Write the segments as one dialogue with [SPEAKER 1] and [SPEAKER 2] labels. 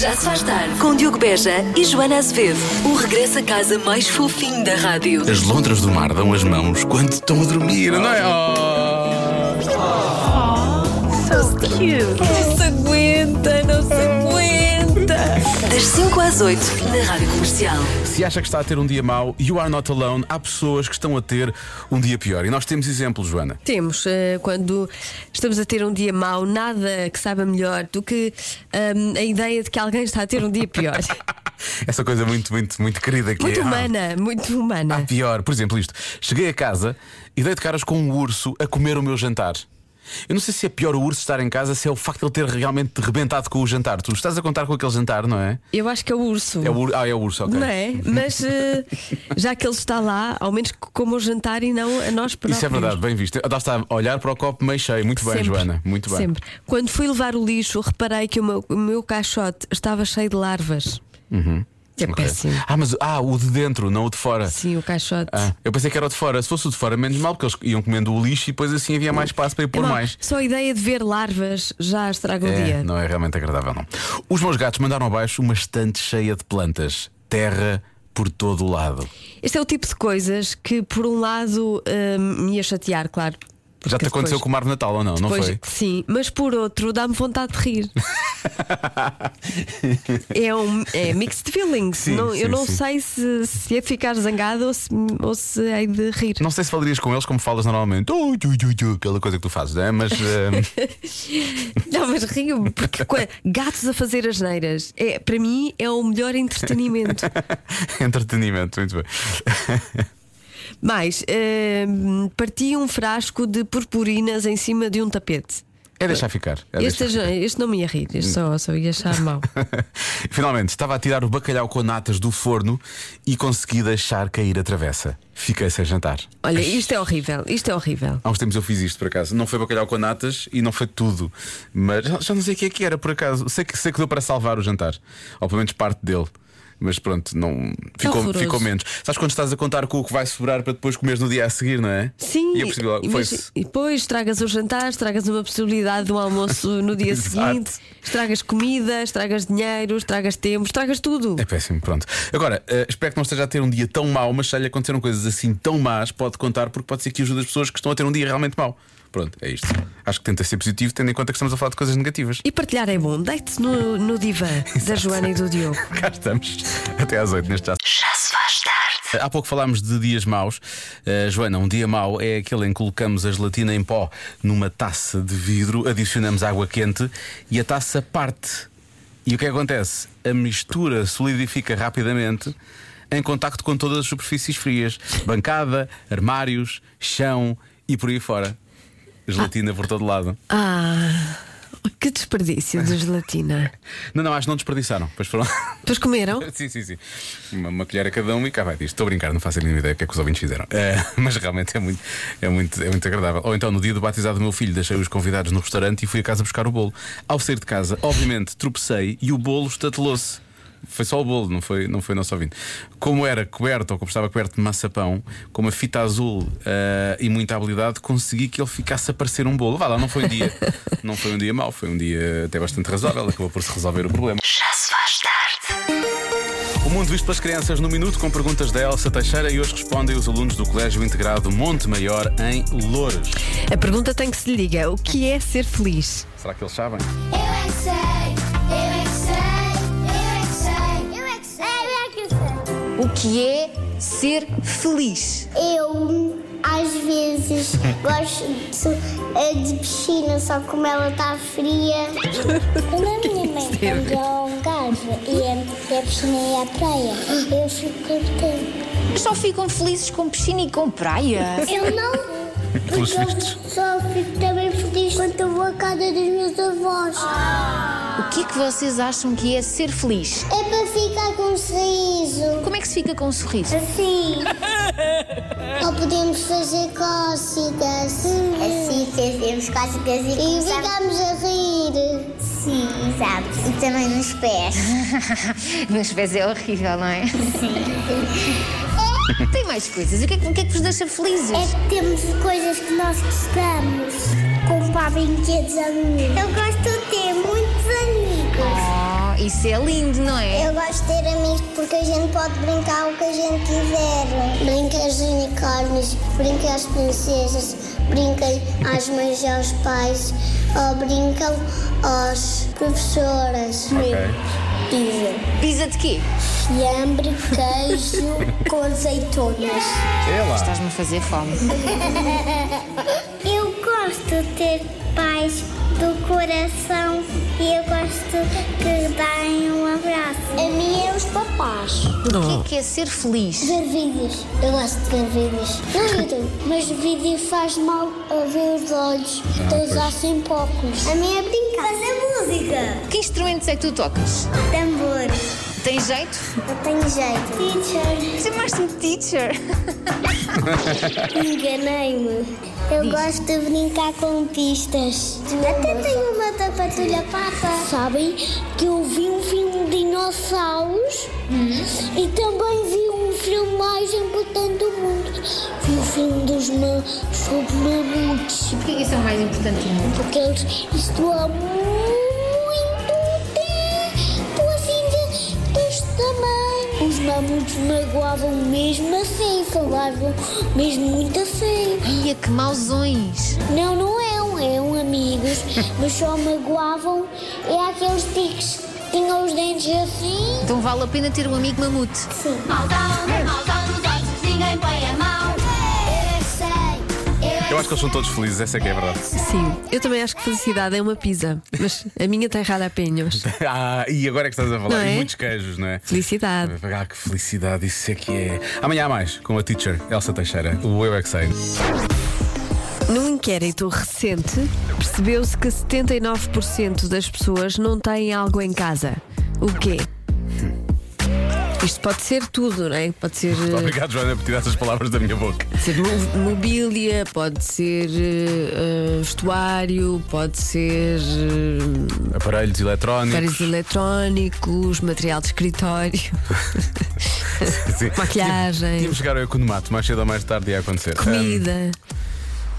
[SPEAKER 1] Já se faz tarde com Diogo Beja e Joana Azevedo. O regresso a casa mais fofinho da rádio.
[SPEAKER 2] As lontras do mar dão as mãos quando estão a dormir, não é? Oh.
[SPEAKER 1] Não se aguenta, não se aguenta. Das 5 às 8 na rádio comercial.
[SPEAKER 2] Se acha que está a ter um dia mau, you are not alone. Há pessoas que estão a ter um dia pior. E nós temos exemplos, Joana.
[SPEAKER 3] Temos, eh, quando estamos a ter um dia mau, nada que saiba melhor do que hum, a ideia de que alguém está a ter um dia pior.
[SPEAKER 2] Essa coisa muito, muito, muito querida que
[SPEAKER 3] Muito
[SPEAKER 2] é. ah,
[SPEAKER 3] humana, muito
[SPEAKER 2] Há
[SPEAKER 3] humana.
[SPEAKER 2] pior, por exemplo, isto. Cheguei a casa e dei de caras com um urso a comer o meu jantar. Eu não sei se é pior o urso estar em casa, se é o facto de ele ter realmente rebentado com o jantar. Tu estás a contar com aquele jantar, não é?
[SPEAKER 3] Eu acho que é o urso.
[SPEAKER 2] é o ur... Ah, é o urso, ok.
[SPEAKER 3] Não é? Mas eh, já que ele está lá, ao menos que coma o jantar e não a nós próprios.
[SPEAKER 2] Isso é verdade, bem visto. Ah, Lá está a olhar para o copo meio cheio. Muito bem,
[SPEAKER 3] Sempre.
[SPEAKER 2] Joana. Muito bem.
[SPEAKER 3] Sempre. Quando fui levar o lixo, reparei que o meu, o meu caixote estava cheio de larvas. É
[SPEAKER 2] Uhum. Ok.
[SPEAKER 3] péssimo.
[SPEAKER 2] Ah, mas ah, o de dentro, não o de fora.
[SPEAKER 3] Sim, o caixote.
[SPEAKER 2] Ah, eu pensei que era o de fora. Se fosse o de fora, menos mal, porque eles iam comendo o lixo e depois assim havia mais espaço para ir
[SPEAKER 3] É
[SPEAKER 2] pôr
[SPEAKER 3] mau.
[SPEAKER 2] mais.
[SPEAKER 3] Só a ideia de ver larvas já estraga o
[SPEAKER 2] É,
[SPEAKER 3] dia.
[SPEAKER 2] não é realmente agradável, não. Os meus gatos mandaram abaixo uma estante cheia de plantas, terra por todo o lado.
[SPEAKER 3] Este é o tipo de coisas que, por um lado, hum, me ia chatear, claro.
[SPEAKER 2] Já
[SPEAKER 3] porque
[SPEAKER 2] te aconteceu
[SPEAKER 3] depois-
[SPEAKER 2] com o Marvo Natal ou não? Não
[SPEAKER 3] depois-
[SPEAKER 2] foi?
[SPEAKER 3] Sim, mas por outro, dá-me vontade de rir. é um é mixed feelings.
[SPEAKER 2] Sim,
[SPEAKER 3] Não- eu
[SPEAKER 2] sim,
[SPEAKER 3] não
[SPEAKER 2] sim.
[SPEAKER 3] sei se, se é de ficar zangado ou se, ou se hei de rir.
[SPEAKER 2] Não sei se falarias com eles como falas normalmente. Ui, ui, ui, ui, aquela coisa que tu fazes, não é? Mas. eh,
[SPEAKER 3] Não, mas rio-me, porque qua- gatos a fazer as neiras, é, para mim, é o melhor entretenimento.
[SPEAKER 2] entretenimento, muito bem.
[SPEAKER 3] Mais, hum, parti um frasco de purpurinas em cima de um tapete.
[SPEAKER 2] É deixar ficar. É
[SPEAKER 3] este,
[SPEAKER 2] deixar ficar.
[SPEAKER 3] este não me ia rir, este só, só ia achar mau.
[SPEAKER 2] Finalmente, estava a tirar o bacalhau com natas do forno e consegui deixar cair a travessa. Fiquei sem jantar.
[SPEAKER 3] Olha, isto é horrível, isto é horrível.
[SPEAKER 2] Há uns tempos eu fiz isto por acaso. Não foi bacalhau com natas e não foi tudo. Mas já- já não sei o que é que era por acaso. Sei que, sei que deu para salvar o jantar. Ou pelo menos parte dele. Mas pronto, não ficou,
[SPEAKER 3] horroroso.
[SPEAKER 2] ficou menos. Sabes quando estás a contar com o que vai sobrar para depois comeres no dia a seguir, não é?
[SPEAKER 3] Sim,
[SPEAKER 2] E eu percebi logo,
[SPEAKER 3] mas
[SPEAKER 2] foi-se.
[SPEAKER 3] depois estragas o jantar, estragas uma possibilidade de um almoço no dia
[SPEAKER 2] Exato.
[SPEAKER 3] seguinte, estragas comida, estragas dinheiro, estragas tempo, estragas tudo.
[SPEAKER 2] É péssimo, pronto. Agora, eh, espero que não esteja a ter um dia tão mau, mas se lhe aconteceram coisas assim tão más, pode contar, porque pode ser que ajude as pessoas que estão a ter um dia realmente mau. Pronto, é isto. Acho que tenta ser positivo, tendo em conta que estamos a falar de coisas negativas.
[SPEAKER 3] E partilhar é bom. Deite-se no, no divã da Joana e do Diogo.
[SPEAKER 2] Cá estamos. Até às oito neste caso.
[SPEAKER 1] Já se faz tarde.
[SPEAKER 2] Há pouco falámos de dias maus. Eh, Joana, um dia mau é aquele em que colocamos a gelatina em pó numa taça de vidro, adicionamos água quente e a taça parte. E o que é que acontece? A mistura solidifica rapidamente em contacto com todas as superfícies frias: bancada, armários, chão e por aí fora. Gelatina por todo lado.
[SPEAKER 3] Ah, que desperdício de gelatina.
[SPEAKER 2] Não, não, acho que não desperdiçaram. Pois foram.
[SPEAKER 3] Depois comeram?
[SPEAKER 2] Sim, sim, sim. Uma, uma colher a cada um e cá vai disto. Estou a brincar, não faço a mínima ideia do que é que os ouvintes fizeram. Eh, mas realmente é muito, é, muito, é muito agradável. Ou então, no dia do batizado do meu filho, deixei os convidados no restaurante e fui a casa buscar o bolo. Ao sair de casa, obviamente, tropecei e o bolo estatelou-se. Foi só o bolo, não foi, não foi o nosso ouvinte. Como era coberto, ou como estava coberto de maçapão, com uma fita azul eh, e muita habilidade, consegui que ele ficasse a parecer um bolo. Vá lá, não foi um dia, não foi um dia mau, foi um dia até bastante razoável, acabou por se resolver o problema.
[SPEAKER 1] Já se faz tarde.
[SPEAKER 2] O mundo visto pelas crianças no minuto com perguntas da Elsa Teixeira e hoje respondem os alunos do Colégio Integrado Monte Maior em Loures.
[SPEAKER 3] A pergunta tem que se lhe diga: o que é ser feliz?
[SPEAKER 2] Será que eles sabem?
[SPEAKER 4] Eu é que sei, eu é que sei, eu é que sei, eu é que sei, eu
[SPEAKER 5] O que é ser feliz?
[SPEAKER 4] Eu, às vezes, gosto de, de piscina, só como ela está fria. Quando a minha mãe vai ao Algarve e a, e a piscina e a praia, eu fico contente.
[SPEAKER 5] Mas só ficam felizes com piscina e com praia.
[SPEAKER 4] Eu não.
[SPEAKER 2] Pelos
[SPEAKER 4] eu
[SPEAKER 2] vistos.
[SPEAKER 4] só fico também feliz quando eu vou à casa dos meus avós.
[SPEAKER 5] O que é que vocês acham que é ser feliz?
[SPEAKER 4] É para ficar com um sorriso.
[SPEAKER 5] Como é que se fica com um sorriso?
[SPEAKER 4] Assim. Ou podemos fazer cócegas. Assim, fazemos cócegas e, e ficamos a rir. Sim, exato. E também nos pés.
[SPEAKER 5] Meus pés é horrível, não é? Sim. Tem mais coisas. O que é que, o que, é que vos deixa felizes?
[SPEAKER 4] É que temos coisas que nós gostamos. Comprar brinquedos amigos. Eu gosto de ter muitos amigos.
[SPEAKER 5] Ah, isso é lindo, não é?
[SPEAKER 4] Eu gosto de ter amigos porque a gente pode brincar o que a gente quiser. é? Brinca aos unicórnios, brinca às princesas, brinca às mães e aos pais, ou brincam às professoras.
[SPEAKER 2] Ok.
[SPEAKER 4] Pizza.
[SPEAKER 5] Pisa de quê?
[SPEAKER 4] Fiambre, queijo com azeitonas.
[SPEAKER 2] É lá.
[SPEAKER 5] Estás-me a fazer fome.
[SPEAKER 4] Eu gosto de ter pais do coração e eu gosto que deem um abraço. A mim é os papás.
[SPEAKER 5] O que é que é ser feliz?
[SPEAKER 4] Ver vídeos. Eu gosto de ver vídeos. Não YouTube, mas vídeo faz mal a ver os olhos. Estou a usar sempre óculos. A minha é brincar. Fazer música.
[SPEAKER 5] Que instrumentos é que tu tocas?
[SPEAKER 4] Tambor.
[SPEAKER 5] Tem jeito?
[SPEAKER 4] Eu tenho jeito. Teacher.
[SPEAKER 5] Chamaste-me é um teacher.
[SPEAKER 4] Enganei-me. Eu gosto de brincar com pistas. Até tenho uma tapatulha pata. Sabem que eu vi um filme de dinossauros e também vi um filme mais importante do mundo. Vi o filme dos meus favoritos.
[SPEAKER 5] O que é que isso é o mais importante do mundo?
[SPEAKER 4] Porque eles isto há muito tempo, assim de, deste tamanho. Os mamutos magoavam mesmo assim, falavam mesmo muito assim.
[SPEAKER 5] Ia, é que mauzões.
[SPEAKER 4] Não, não é um, é um amigos, mas só magoavam. É aqueles ticos que tinham os dentes assim.
[SPEAKER 5] Então vale a pena ter um amigo mamute.
[SPEAKER 6] Maldão, maldão nos olhos, ninguém põe a mão.
[SPEAKER 4] Eu sei,
[SPEAKER 2] Eu acho que eles são todos felizes, essa é que é a verdade.
[SPEAKER 3] Sim, eu também acho que felicidade é uma pizza, mas a minha tem rarapenhos.
[SPEAKER 2] Ah, e agora é que estás a
[SPEAKER 3] Não
[SPEAKER 2] falar?
[SPEAKER 3] é?
[SPEAKER 2] E muitos queijos, não é?
[SPEAKER 3] Felicidade.
[SPEAKER 2] Ah, que felicidade, isso é que é. Amanhã há mais com a teacher Elsa Teixeira, o Eu é que sei.
[SPEAKER 3] Num inquérito recente, percebeu-se que 79% das pessoas não têm algo em casa. O quê? Isto pode ser tudo, não é? Pode ser, eh,
[SPEAKER 2] Obrigado, Joana, por tirar essas palavras da minha boca.
[SPEAKER 3] ser mo- mobília, pode ser eh, eh, vestuário, pode ser eh,
[SPEAKER 2] Aparelhos eletrónicos.
[SPEAKER 3] aparelhos eletrónicos, material de escritório,
[SPEAKER 2] Sim.
[SPEAKER 3] Maquilhagem.
[SPEAKER 2] Tínhamos chegar ao economato, mais cedo ou mais tarde ia acontecer.
[SPEAKER 3] comida.
[SPEAKER 2] Ah,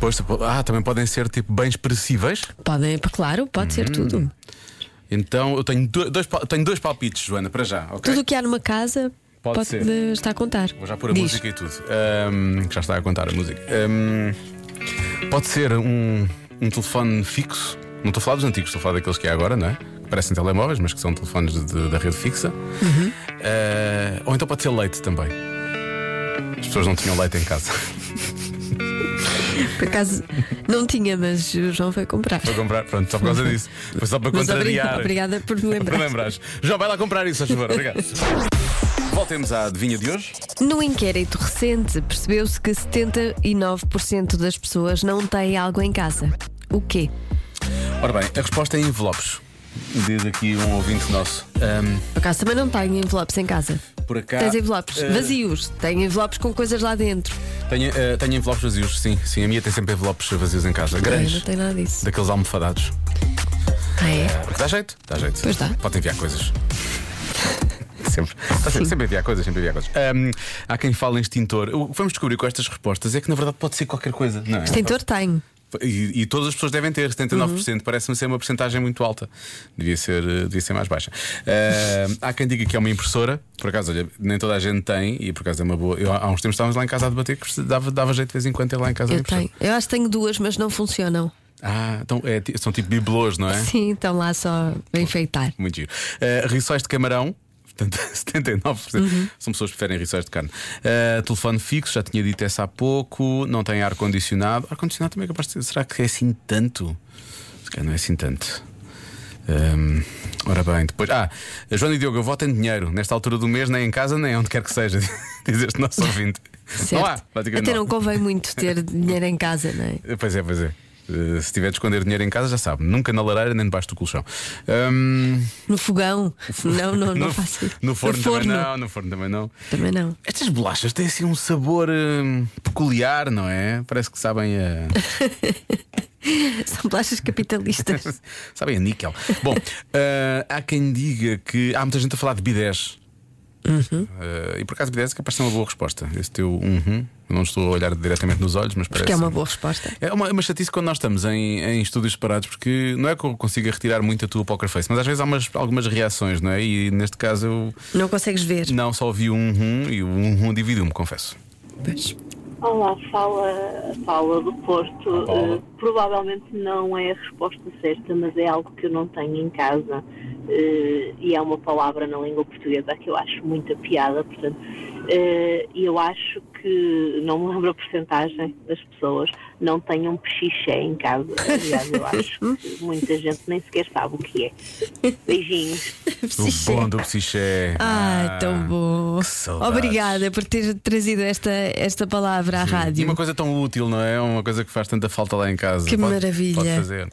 [SPEAKER 2] pois, ah, também podem ser tipo bens perecíveis.
[SPEAKER 3] Podem, claro, pode ser
[SPEAKER 2] Uhum.
[SPEAKER 3] tudo.
[SPEAKER 2] Então eu tenho do- dois, pal- tenho dois palpites, Joana, para já, ok?
[SPEAKER 3] Tudo o que há numa casa
[SPEAKER 2] Pode
[SPEAKER 3] pode,
[SPEAKER 2] ser.
[SPEAKER 3] estar a contar.
[SPEAKER 2] Vou já pôr a
[SPEAKER 3] Diz.
[SPEAKER 2] música e tudo. Ahm, que já está a contar a música. Ahm, pode ser um, um telefone fixo. Não estou a falar dos antigos, estou a falar daqueles que há agora, não é? Que parecem telemóveis, mas que são telefones de- de- da rede fixa.
[SPEAKER 3] Uhum.
[SPEAKER 2] Ah, ou então pode ser leite também. As pessoas não tinham leite em casa.
[SPEAKER 3] Por acaso não tinha, mas o João foi comprar.
[SPEAKER 2] Vou comprar, pronto, só por causa disso. Foi só para
[SPEAKER 3] Mas
[SPEAKER 2] contrariar.
[SPEAKER 3] obrigada, obrigada por me
[SPEAKER 2] Para
[SPEAKER 3] lembrar.
[SPEAKER 2] lembrares. Já vai lá comprar isso, a favor. Obrigado. Voltemos à adivinha de hoje.
[SPEAKER 3] No inquérito recente, percebeu-se que 79% das pessoas não têm algo em casa. O quê?
[SPEAKER 2] Ora bem, a resposta é envelopes. Diz aqui um ouvinte nosso. Ahm,
[SPEAKER 3] Por acaso também não tenho envelopes em casa.
[SPEAKER 2] Por acaso.
[SPEAKER 3] Tens envelopes
[SPEAKER 2] eh,
[SPEAKER 3] vazios, tenho envelopes com coisas lá dentro.
[SPEAKER 2] Tenho, eh, tenho envelopes vazios, sim. Sim, a minha tem sempre envelopes vazios em casa.
[SPEAKER 3] Não
[SPEAKER 2] Grandes.
[SPEAKER 3] tenho nada disso.
[SPEAKER 2] Daqueles almofadados.
[SPEAKER 3] Ah, é?
[SPEAKER 2] Porque dá jeito, dá jeito.
[SPEAKER 3] Pois dá.
[SPEAKER 2] Pode enviar coisas. Sempre. Dá sempre, sempre enviar coisas, sempre enviar coisas. Ahm, há quem fala em extintor. O que vamos descobrir com estas respostas é que na verdade pode ser qualquer coisa, não é?
[SPEAKER 3] Extintor tenho.
[SPEAKER 2] E, e todas as pessoas devem ter, 79%.
[SPEAKER 3] Uhum.
[SPEAKER 2] Parece-me ser uma porcentagem muito alta. Devia ser, eh, devia ser mais baixa. Eh, há quem diga que é uma impressora. Por acaso, olha, nem toda a gente tem. E por acaso é uma boa. Eu, há uns tempos estávamos lá em casa a debater que dava, dava jeito de vez em quando ter lá em casa uma
[SPEAKER 3] Eu
[SPEAKER 2] impressora.
[SPEAKER 3] tenho. Eu acho que tenho duas, mas não funcionam.
[SPEAKER 2] Ah, então é ti- são tipo bibelôs, não é?
[SPEAKER 3] Sim, estão lá só a enfeitar.
[SPEAKER 2] Muito giro. Eh, rissóis de camarão. Portanto, 79%
[SPEAKER 3] Uhum.
[SPEAKER 2] são pessoas que preferem rissóis de carne. Eh, telefone fixo, já tinha dito essa há pouco. Não tem ar-condicionado. Ar-condicionado também é capaz de ser. Será que é assim tanto? Se calhar não é assim tanto. Ahm, ora bem, depois. Ah, a Joana e Diogo, eu voto em dinheiro. Nesta altura do mês, nem em casa, nem onde quer que seja. Diz este nosso ouvinte. Não há,
[SPEAKER 3] Certo?
[SPEAKER 2] praticamente.
[SPEAKER 3] Até
[SPEAKER 2] não há.
[SPEAKER 3] não convém muito ter dinheiro em casa, não é?
[SPEAKER 2] Pois é, pois é. Eh, se tiver de esconder dinheiro em casa, já sabe. Nunca na lareira nem debaixo do colchão. Ehm, Ahm,
[SPEAKER 3] No fogão? Não, não, não
[SPEAKER 2] no,
[SPEAKER 3] faço isso.
[SPEAKER 2] no forno, também não, no forno também não.
[SPEAKER 3] Também não.
[SPEAKER 2] Estas bolachas têm assim um sabor hum, peculiar, não é? Parece que sabem a.
[SPEAKER 3] São bolachas capitalistas.
[SPEAKER 2] sabem a níquel. Bom, eh, há quem diga que. Há muita gente a falar de bidés.
[SPEAKER 3] Uhum.
[SPEAKER 2] Eh, e por acaso me parece que parece uma boa resposta. Esse teu uhum. Não estou a olhar diretamente nos olhos, mas parece.
[SPEAKER 3] Porque é uma boa resposta.
[SPEAKER 2] É uma, é uma chatice quando nós estamos em, em estúdios separados, porque não é que eu consiga retirar muito a tua poker face, mas às vezes há umas, algumas reações, não é? E neste caso eu
[SPEAKER 3] Não consegues ver.
[SPEAKER 2] não só ouvi um rum e o um rum dividiu-me, confesso.
[SPEAKER 3] Pois.
[SPEAKER 7] Olá, fala, fala do Porto.
[SPEAKER 2] Fala.
[SPEAKER 7] Eh, provavelmente não é a resposta certa, mas é algo que eu não tenho em casa eh, e é uma palavra na língua portuguesa que eu acho muita piada. Portanto, eh, eu acho que, não me lembro a porcentagem das pessoas, não têm um pechiché em casa. Aliás, eu acho que muita gente nem sequer sabe o que é. Beijinhos.
[SPEAKER 2] O bom do psiché. Ah.
[SPEAKER 3] Ai, Ah, tão bom.
[SPEAKER 2] que saudades.
[SPEAKER 3] Obrigada por ter trazido esta, esta palavra à
[SPEAKER 2] E
[SPEAKER 3] rádio.
[SPEAKER 2] uma coisa tão útil, não é? Uma coisa que faz tanta falta lá em casa.
[SPEAKER 3] Que
[SPEAKER 2] Pode-
[SPEAKER 3] maravilha.
[SPEAKER 2] Pode fazer.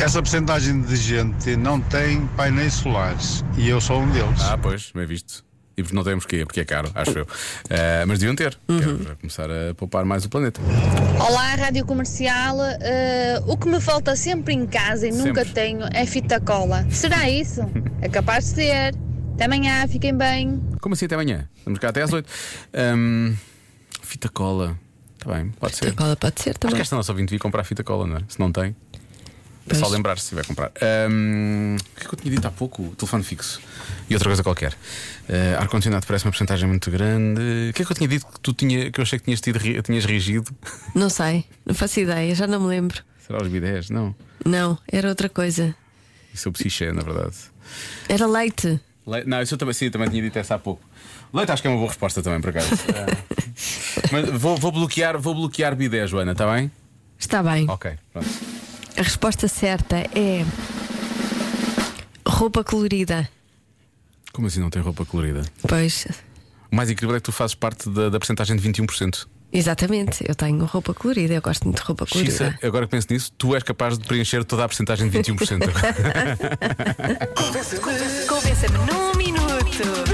[SPEAKER 8] Essa porcentagem de gente não tem painéis solares e eu sou um deles.
[SPEAKER 2] Ah, pois, bem visto. E não temos que porque é caro, acho eu. Eh, mas deviam ter,
[SPEAKER 3] Uhum.
[SPEAKER 2] que é para começar a poupar mais o planeta.
[SPEAKER 9] Olá, Rádio Comercial. Eh, o que me falta sempre em casa e nunca
[SPEAKER 2] Sempre.
[SPEAKER 9] tenho é fita cola. Será isso? É capaz de ser. Até amanhã, fiquem bem.
[SPEAKER 2] Como assim até amanhã? Estamos cá até às 8. Ahm, fita cola. Está bem, pode ser.
[SPEAKER 3] Agora Então, pode ser
[SPEAKER 2] Acho que
[SPEAKER 3] também.
[SPEAKER 2] esta nossa ouvinte devia comprar fita cola, não é? Se não tem, é só
[SPEAKER 3] Pois.
[SPEAKER 2] lembrar se vai comprar. Ahm, o que é que eu tinha dito há pouco? Telefone fixo e outra coisa qualquer. Ah, Ar-condicionado parece uma porcentagem muito grande. O que é que eu tinha dito que tu tinha, que eu achei que tinhas, tido, re- tinhas reagido?
[SPEAKER 3] Não sei, não faço ideia, já não me lembro.
[SPEAKER 2] Será os bidés? Não.
[SPEAKER 3] Não, era outra coisa.
[SPEAKER 2] Isso é o psiché, na verdade.
[SPEAKER 3] Era leite.
[SPEAKER 2] Le- Não, isso eu também, sim, eu também tinha dito essa há pouco. Leite acho que é uma boa resposta também, por acaso. Ah, Mas vou, vou bloquear, vou bloquear bidé, Joana, está bem?
[SPEAKER 3] Está bem.
[SPEAKER 2] Ok, pronto.
[SPEAKER 3] A resposta certa é. Roupa colorida.
[SPEAKER 2] Como assim não tem roupa colorida?
[SPEAKER 3] Pois,
[SPEAKER 2] O mais incrível é que tu fazes parte da, da porcentagem de 21%.
[SPEAKER 3] exatamente. Eu tenho roupa colorida, eu gosto muito de roupa colorida.
[SPEAKER 2] Xisa, agora que penso nisso, tu és capaz de preencher toda a porcentagem de 21%.
[SPEAKER 1] Convença-me num minuto.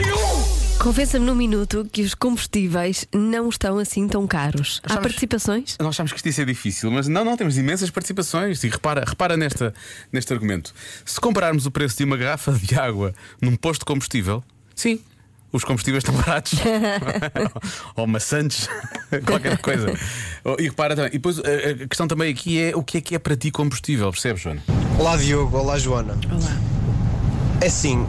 [SPEAKER 3] Convença-me num minuto que os combustíveis não estão assim tão caros. Há
[SPEAKER 2] Achamos-
[SPEAKER 3] participações?
[SPEAKER 2] Nós achámos que isto ia ser difícil, mas não, não, temos imensas participações. E repara, repara nesta, neste argumento. Se compararmos o preço de uma garrafa de água num posto de combustível, sim, os combustíveis estão baratos. Ou maçantes, qualquer coisa. E repara também, e depois eh, a a questão também aqui é o que é que é para ti combustível, percebes, Joana?
[SPEAKER 10] Olá Diogo, olá Joana. É assim,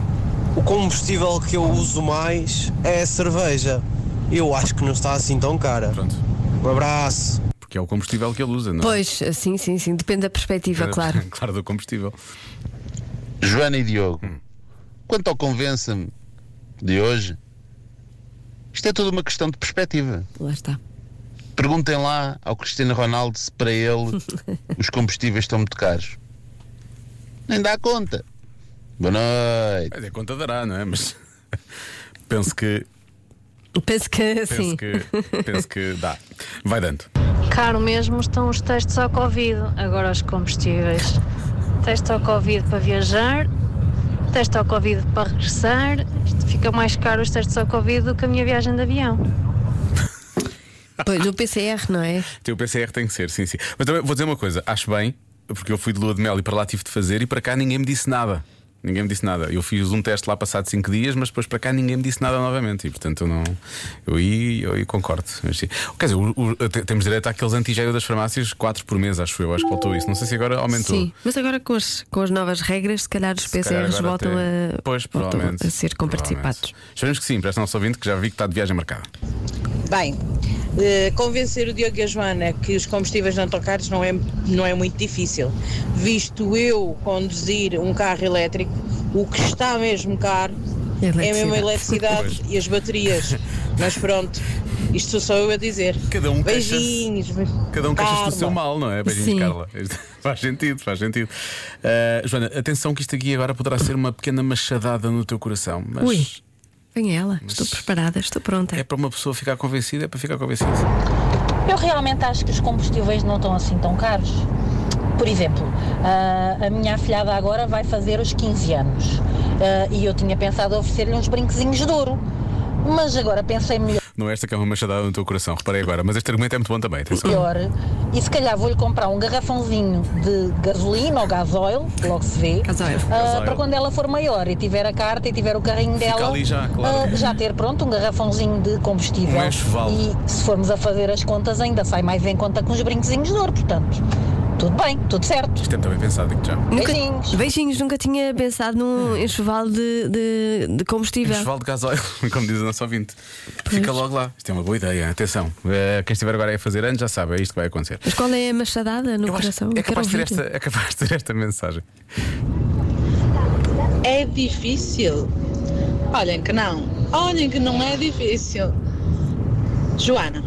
[SPEAKER 10] o combustível que eu uso mais é a cerveja. Eu acho que não está assim tão cara.
[SPEAKER 2] Pronto.
[SPEAKER 10] Um abraço.
[SPEAKER 2] Porque é o combustível que ele usa, não é?
[SPEAKER 3] Pois, sim, sim, sim. Depende da perspectiva, é claro.
[SPEAKER 2] claro, do combustível.
[SPEAKER 11] Joana e Diogo, quanto ao convença-me de hoje, isto é tudo uma questão de perspectiva.
[SPEAKER 3] Lá está.
[SPEAKER 11] Perguntem lá ao Cristiano Ronaldo se para ele os combustíveis estão muito caros. Nem dá conta. Boa noite.
[SPEAKER 2] Mas é conta dará, não é? Mas penso que,
[SPEAKER 3] Penso que
[SPEAKER 2] penso
[SPEAKER 3] assim.
[SPEAKER 2] que, penso que dá. Vai dando.
[SPEAKER 12] Caro mesmo Então estão os testes ao Covid, agora os combustíveis. Teste ao Covid para viajar, teste ao Covid para regressar. Isto Fica mais caro os testes ao Covid do que a minha viagem de avião.
[SPEAKER 3] Pois, o PCR, não é?
[SPEAKER 2] Teu PCR tem que ser, sim, sim. Mas também vou dizer uma coisa, acho bem, porque eu fui de lua de mel e para lá tive de fazer e para cá ninguém me disse nada. Ninguém me disse nada. Eu fiz um teste lá passado 5 dias, mas depois para cá ninguém me disse nada novamente. E portanto eu não. Eu aí, eu aí concordo. Mas, sim. Quer dizer, o- o- te- temos direito àqueles antigénios das farmácias 4 por mês, acho eu. Acho que faltou isso. Não sei se agora aumentou.
[SPEAKER 3] Sim. Mas agora com as, com as novas regras, se calhar os
[SPEAKER 2] calhar
[SPEAKER 3] PCRs
[SPEAKER 2] agora
[SPEAKER 3] voltam,
[SPEAKER 2] até-
[SPEAKER 3] a,
[SPEAKER 2] pois,
[SPEAKER 3] voltam
[SPEAKER 2] provavelmente,
[SPEAKER 3] a ser comparticipados.
[SPEAKER 2] provavelmente. Esperemos que sim, para esta nossa ouvinte que já vi que está de viagem marcada.
[SPEAKER 9] Bem, eh, convencer o Diogo e a Joana que os combustíveis não estão caros não é, não é muito difícil, visto eu conduzir um carro elétrico, o que está mesmo caro
[SPEAKER 3] É
[SPEAKER 9] é mesmo a
[SPEAKER 3] eletricidade.
[SPEAKER 9] eletricidade e as baterias. Mas pronto, isto sou só eu a dizer.
[SPEAKER 2] Cada um queixa-se-
[SPEAKER 9] Beijinhos.
[SPEAKER 2] Cada um queixa-se do
[SPEAKER 9] Calma.
[SPEAKER 2] seu mal, não é? Beijinhos,
[SPEAKER 3] Sim.
[SPEAKER 2] Carla. Isto faz sentido, faz sentido. Ah, Joana, atenção que isto aqui agora poderá ser uma pequena machadada no teu coração, mas
[SPEAKER 3] Ui. Vem ela, estou preparada, estou pronta.
[SPEAKER 2] é para uma pessoa ficar convencida, é para ficar convencida.
[SPEAKER 12] Eu realmente acho que os combustíveis não estão assim tão caros. Por exemplo, ah, a minha afilhada agora vai fazer os 15 anos Ah, e eu tinha pensado oferecer-lhe uns brinquezinhos de ouro. Mas agora pensei melhor.
[SPEAKER 2] Não é esta que é uma machadada no teu coração, reparei agora. Mas este argumento é muito bom também. Atenção.
[SPEAKER 13] pior. E se calhar vou-lhe comprar um garrafãozinho de gasolina ou gasóleo, logo se vê, ah,
[SPEAKER 2] Gasóleo.
[SPEAKER 13] para quando ela for maior e tiver a carta e tiver o carrinho
[SPEAKER 14] Fica
[SPEAKER 13] dela,
[SPEAKER 14] ali já, claro.
[SPEAKER 13] ah, já ter pronto um garrafãozinho de combustível.
[SPEAKER 14] Um enxoval.
[SPEAKER 13] e se formos a fazer as contas, ainda sai mais em conta com os brinquezinhos de ouro, portanto. Tudo bem, tudo certo.
[SPEAKER 2] Isto é muito bem pensado, digo já.
[SPEAKER 3] Beijinhos. Beijinhos, nunca tinha pensado num enxoval de, de, de combustível.
[SPEAKER 2] Festival de gasóleo, como diz o nosso ouvinte. Fica logo lá. Isto é uma boa ideia. Atenção, eh, quem estiver agora a fazer anos já sabe, é isto que vai acontecer.
[SPEAKER 3] Mas qual é a machadada no coração?
[SPEAKER 2] É
[SPEAKER 3] Eu quero
[SPEAKER 2] capaz, de ter
[SPEAKER 3] ouvir.
[SPEAKER 2] esta, é capaz de ter esta mensagem.
[SPEAKER 9] É difícil? Olhem que não. Olhem que não é difícil. Joana.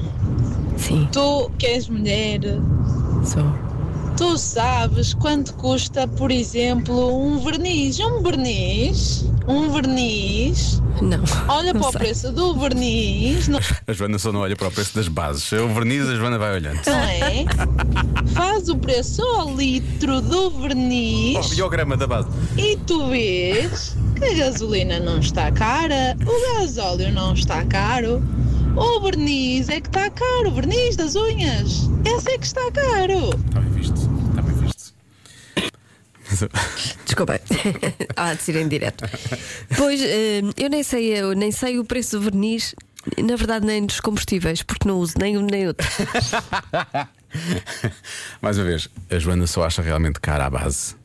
[SPEAKER 3] Sim.
[SPEAKER 9] Tu que és mulher.
[SPEAKER 3] Sou.
[SPEAKER 9] Tu sabes quanto custa, por exemplo, um verniz? Um verniz? Um verniz?
[SPEAKER 3] Não.
[SPEAKER 9] Olha
[SPEAKER 2] não
[SPEAKER 9] para
[SPEAKER 2] sei.
[SPEAKER 9] o preço do verniz, não,
[SPEAKER 2] A Joana só não olha para o preço das bases. É o verniz, a Joana vai olhando.
[SPEAKER 9] não é? Faz o preço ao litro do
[SPEAKER 2] Ó,
[SPEAKER 9] verniz.
[SPEAKER 2] o biograma da base.
[SPEAKER 9] E tu vês que a gasolina não está cara, o gasóleo não está caro, o verniz é que está caro, o verniz das unhas, esse é que está caro.
[SPEAKER 2] Está bem visto, está bem visto.
[SPEAKER 3] Desculpa. Há de ser em direto. Pois, eh, eu nem sei, eu nem sei o preço do verniz, na verdade, nem dos combustíveis, porque não uso nem um nem outro.
[SPEAKER 2] Mais uma vez, a Joana só acha realmente cara a base.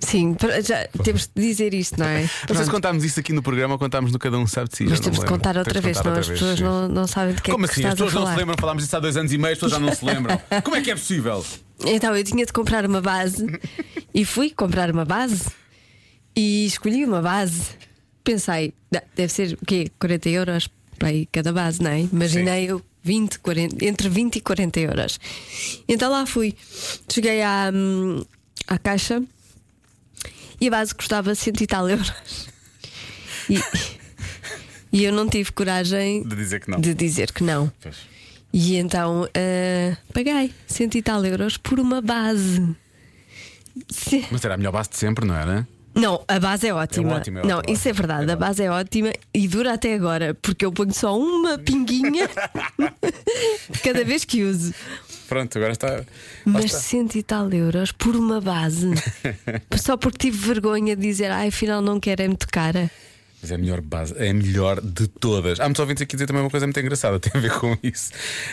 [SPEAKER 3] Sim, pra- já temos de dizer isto, não é?
[SPEAKER 2] Não sei se
[SPEAKER 3] Pronto.
[SPEAKER 2] contámos isso aqui no programa ou contámos no Cada Um Sabe de Si.
[SPEAKER 3] Mas
[SPEAKER 2] já não
[SPEAKER 3] temos de
[SPEAKER 2] lembro.
[SPEAKER 3] contar outra
[SPEAKER 2] Temos de
[SPEAKER 3] vez,
[SPEAKER 2] contar
[SPEAKER 3] senão as
[SPEAKER 2] outra vez,
[SPEAKER 3] pessoas
[SPEAKER 2] sim.
[SPEAKER 3] não, não sabem de que
[SPEAKER 2] Como
[SPEAKER 3] é que
[SPEAKER 2] assim? As
[SPEAKER 3] estás a
[SPEAKER 2] pessoas não
[SPEAKER 3] falar.
[SPEAKER 2] se lembram? Falámos disso há dois anos e meio, as pessoas já não se lembram. Como é que é possível?
[SPEAKER 3] Então eu tinha de comprar uma base e fui comprar uma base e escolhi uma base. Pensei, "Não, deve ser o quê? 40 euros para aí cada base, não é? Imaginei eu 20, 40, entre 20 e 40 euros. Então lá fui. Cheguei à, hum, à caixa e a base custava 100 e tal euros. E, e eu não tive coragem
[SPEAKER 2] De dizer que não.
[SPEAKER 3] de dizer que não.
[SPEAKER 2] Pois.
[SPEAKER 3] E então ah, paguei cento e tal euros por uma base. Se-
[SPEAKER 2] Mas era a melhor base de sempre, não era?
[SPEAKER 3] Não, a base é ótima.
[SPEAKER 2] ótima, é
[SPEAKER 3] não,
[SPEAKER 2] ótima.
[SPEAKER 3] isso é verdade, a base é ótima e dura até agora, porque eu ponho só uma pinguinha cada vez que uso.
[SPEAKER 2] Pronto, agora está. lá
[SPEAKER 3] Mas
[SPEAKER 2] está.
[SPEAKER 3] cento e tal euros por uma base. Só porque tive vergonha de dizer, ai, afinal não quero, é muito cara.
[SPEAKER 2] Mas é a melhor base, é a melhor de todas. Há muitos ouvintes aqui a dizer também uma coisa muito engraçada, tem a ver com isso.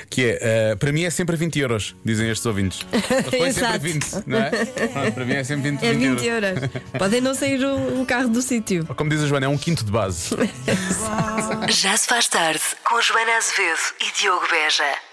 [SPEAKER 2] Que é, ah, para mim é sempre 20 euros, dizem estes ouvintes. Mas põe sempre
[SPEAKER 3] Exato.
[SPEAKER 2] 20, não é? Pronto, para mim é sempre 20,
[SPEAKER 3] É
[SPEAKER 2] 20
[SPEAKER 3] 20 euros. Podem não sair o, o carro do sítio.
[SPEAKER 2] Como diz a Joana, é um quinto de base.
[SPEAKER 1] Já se faz tarde com Joana Azevedo e Diogo Beja.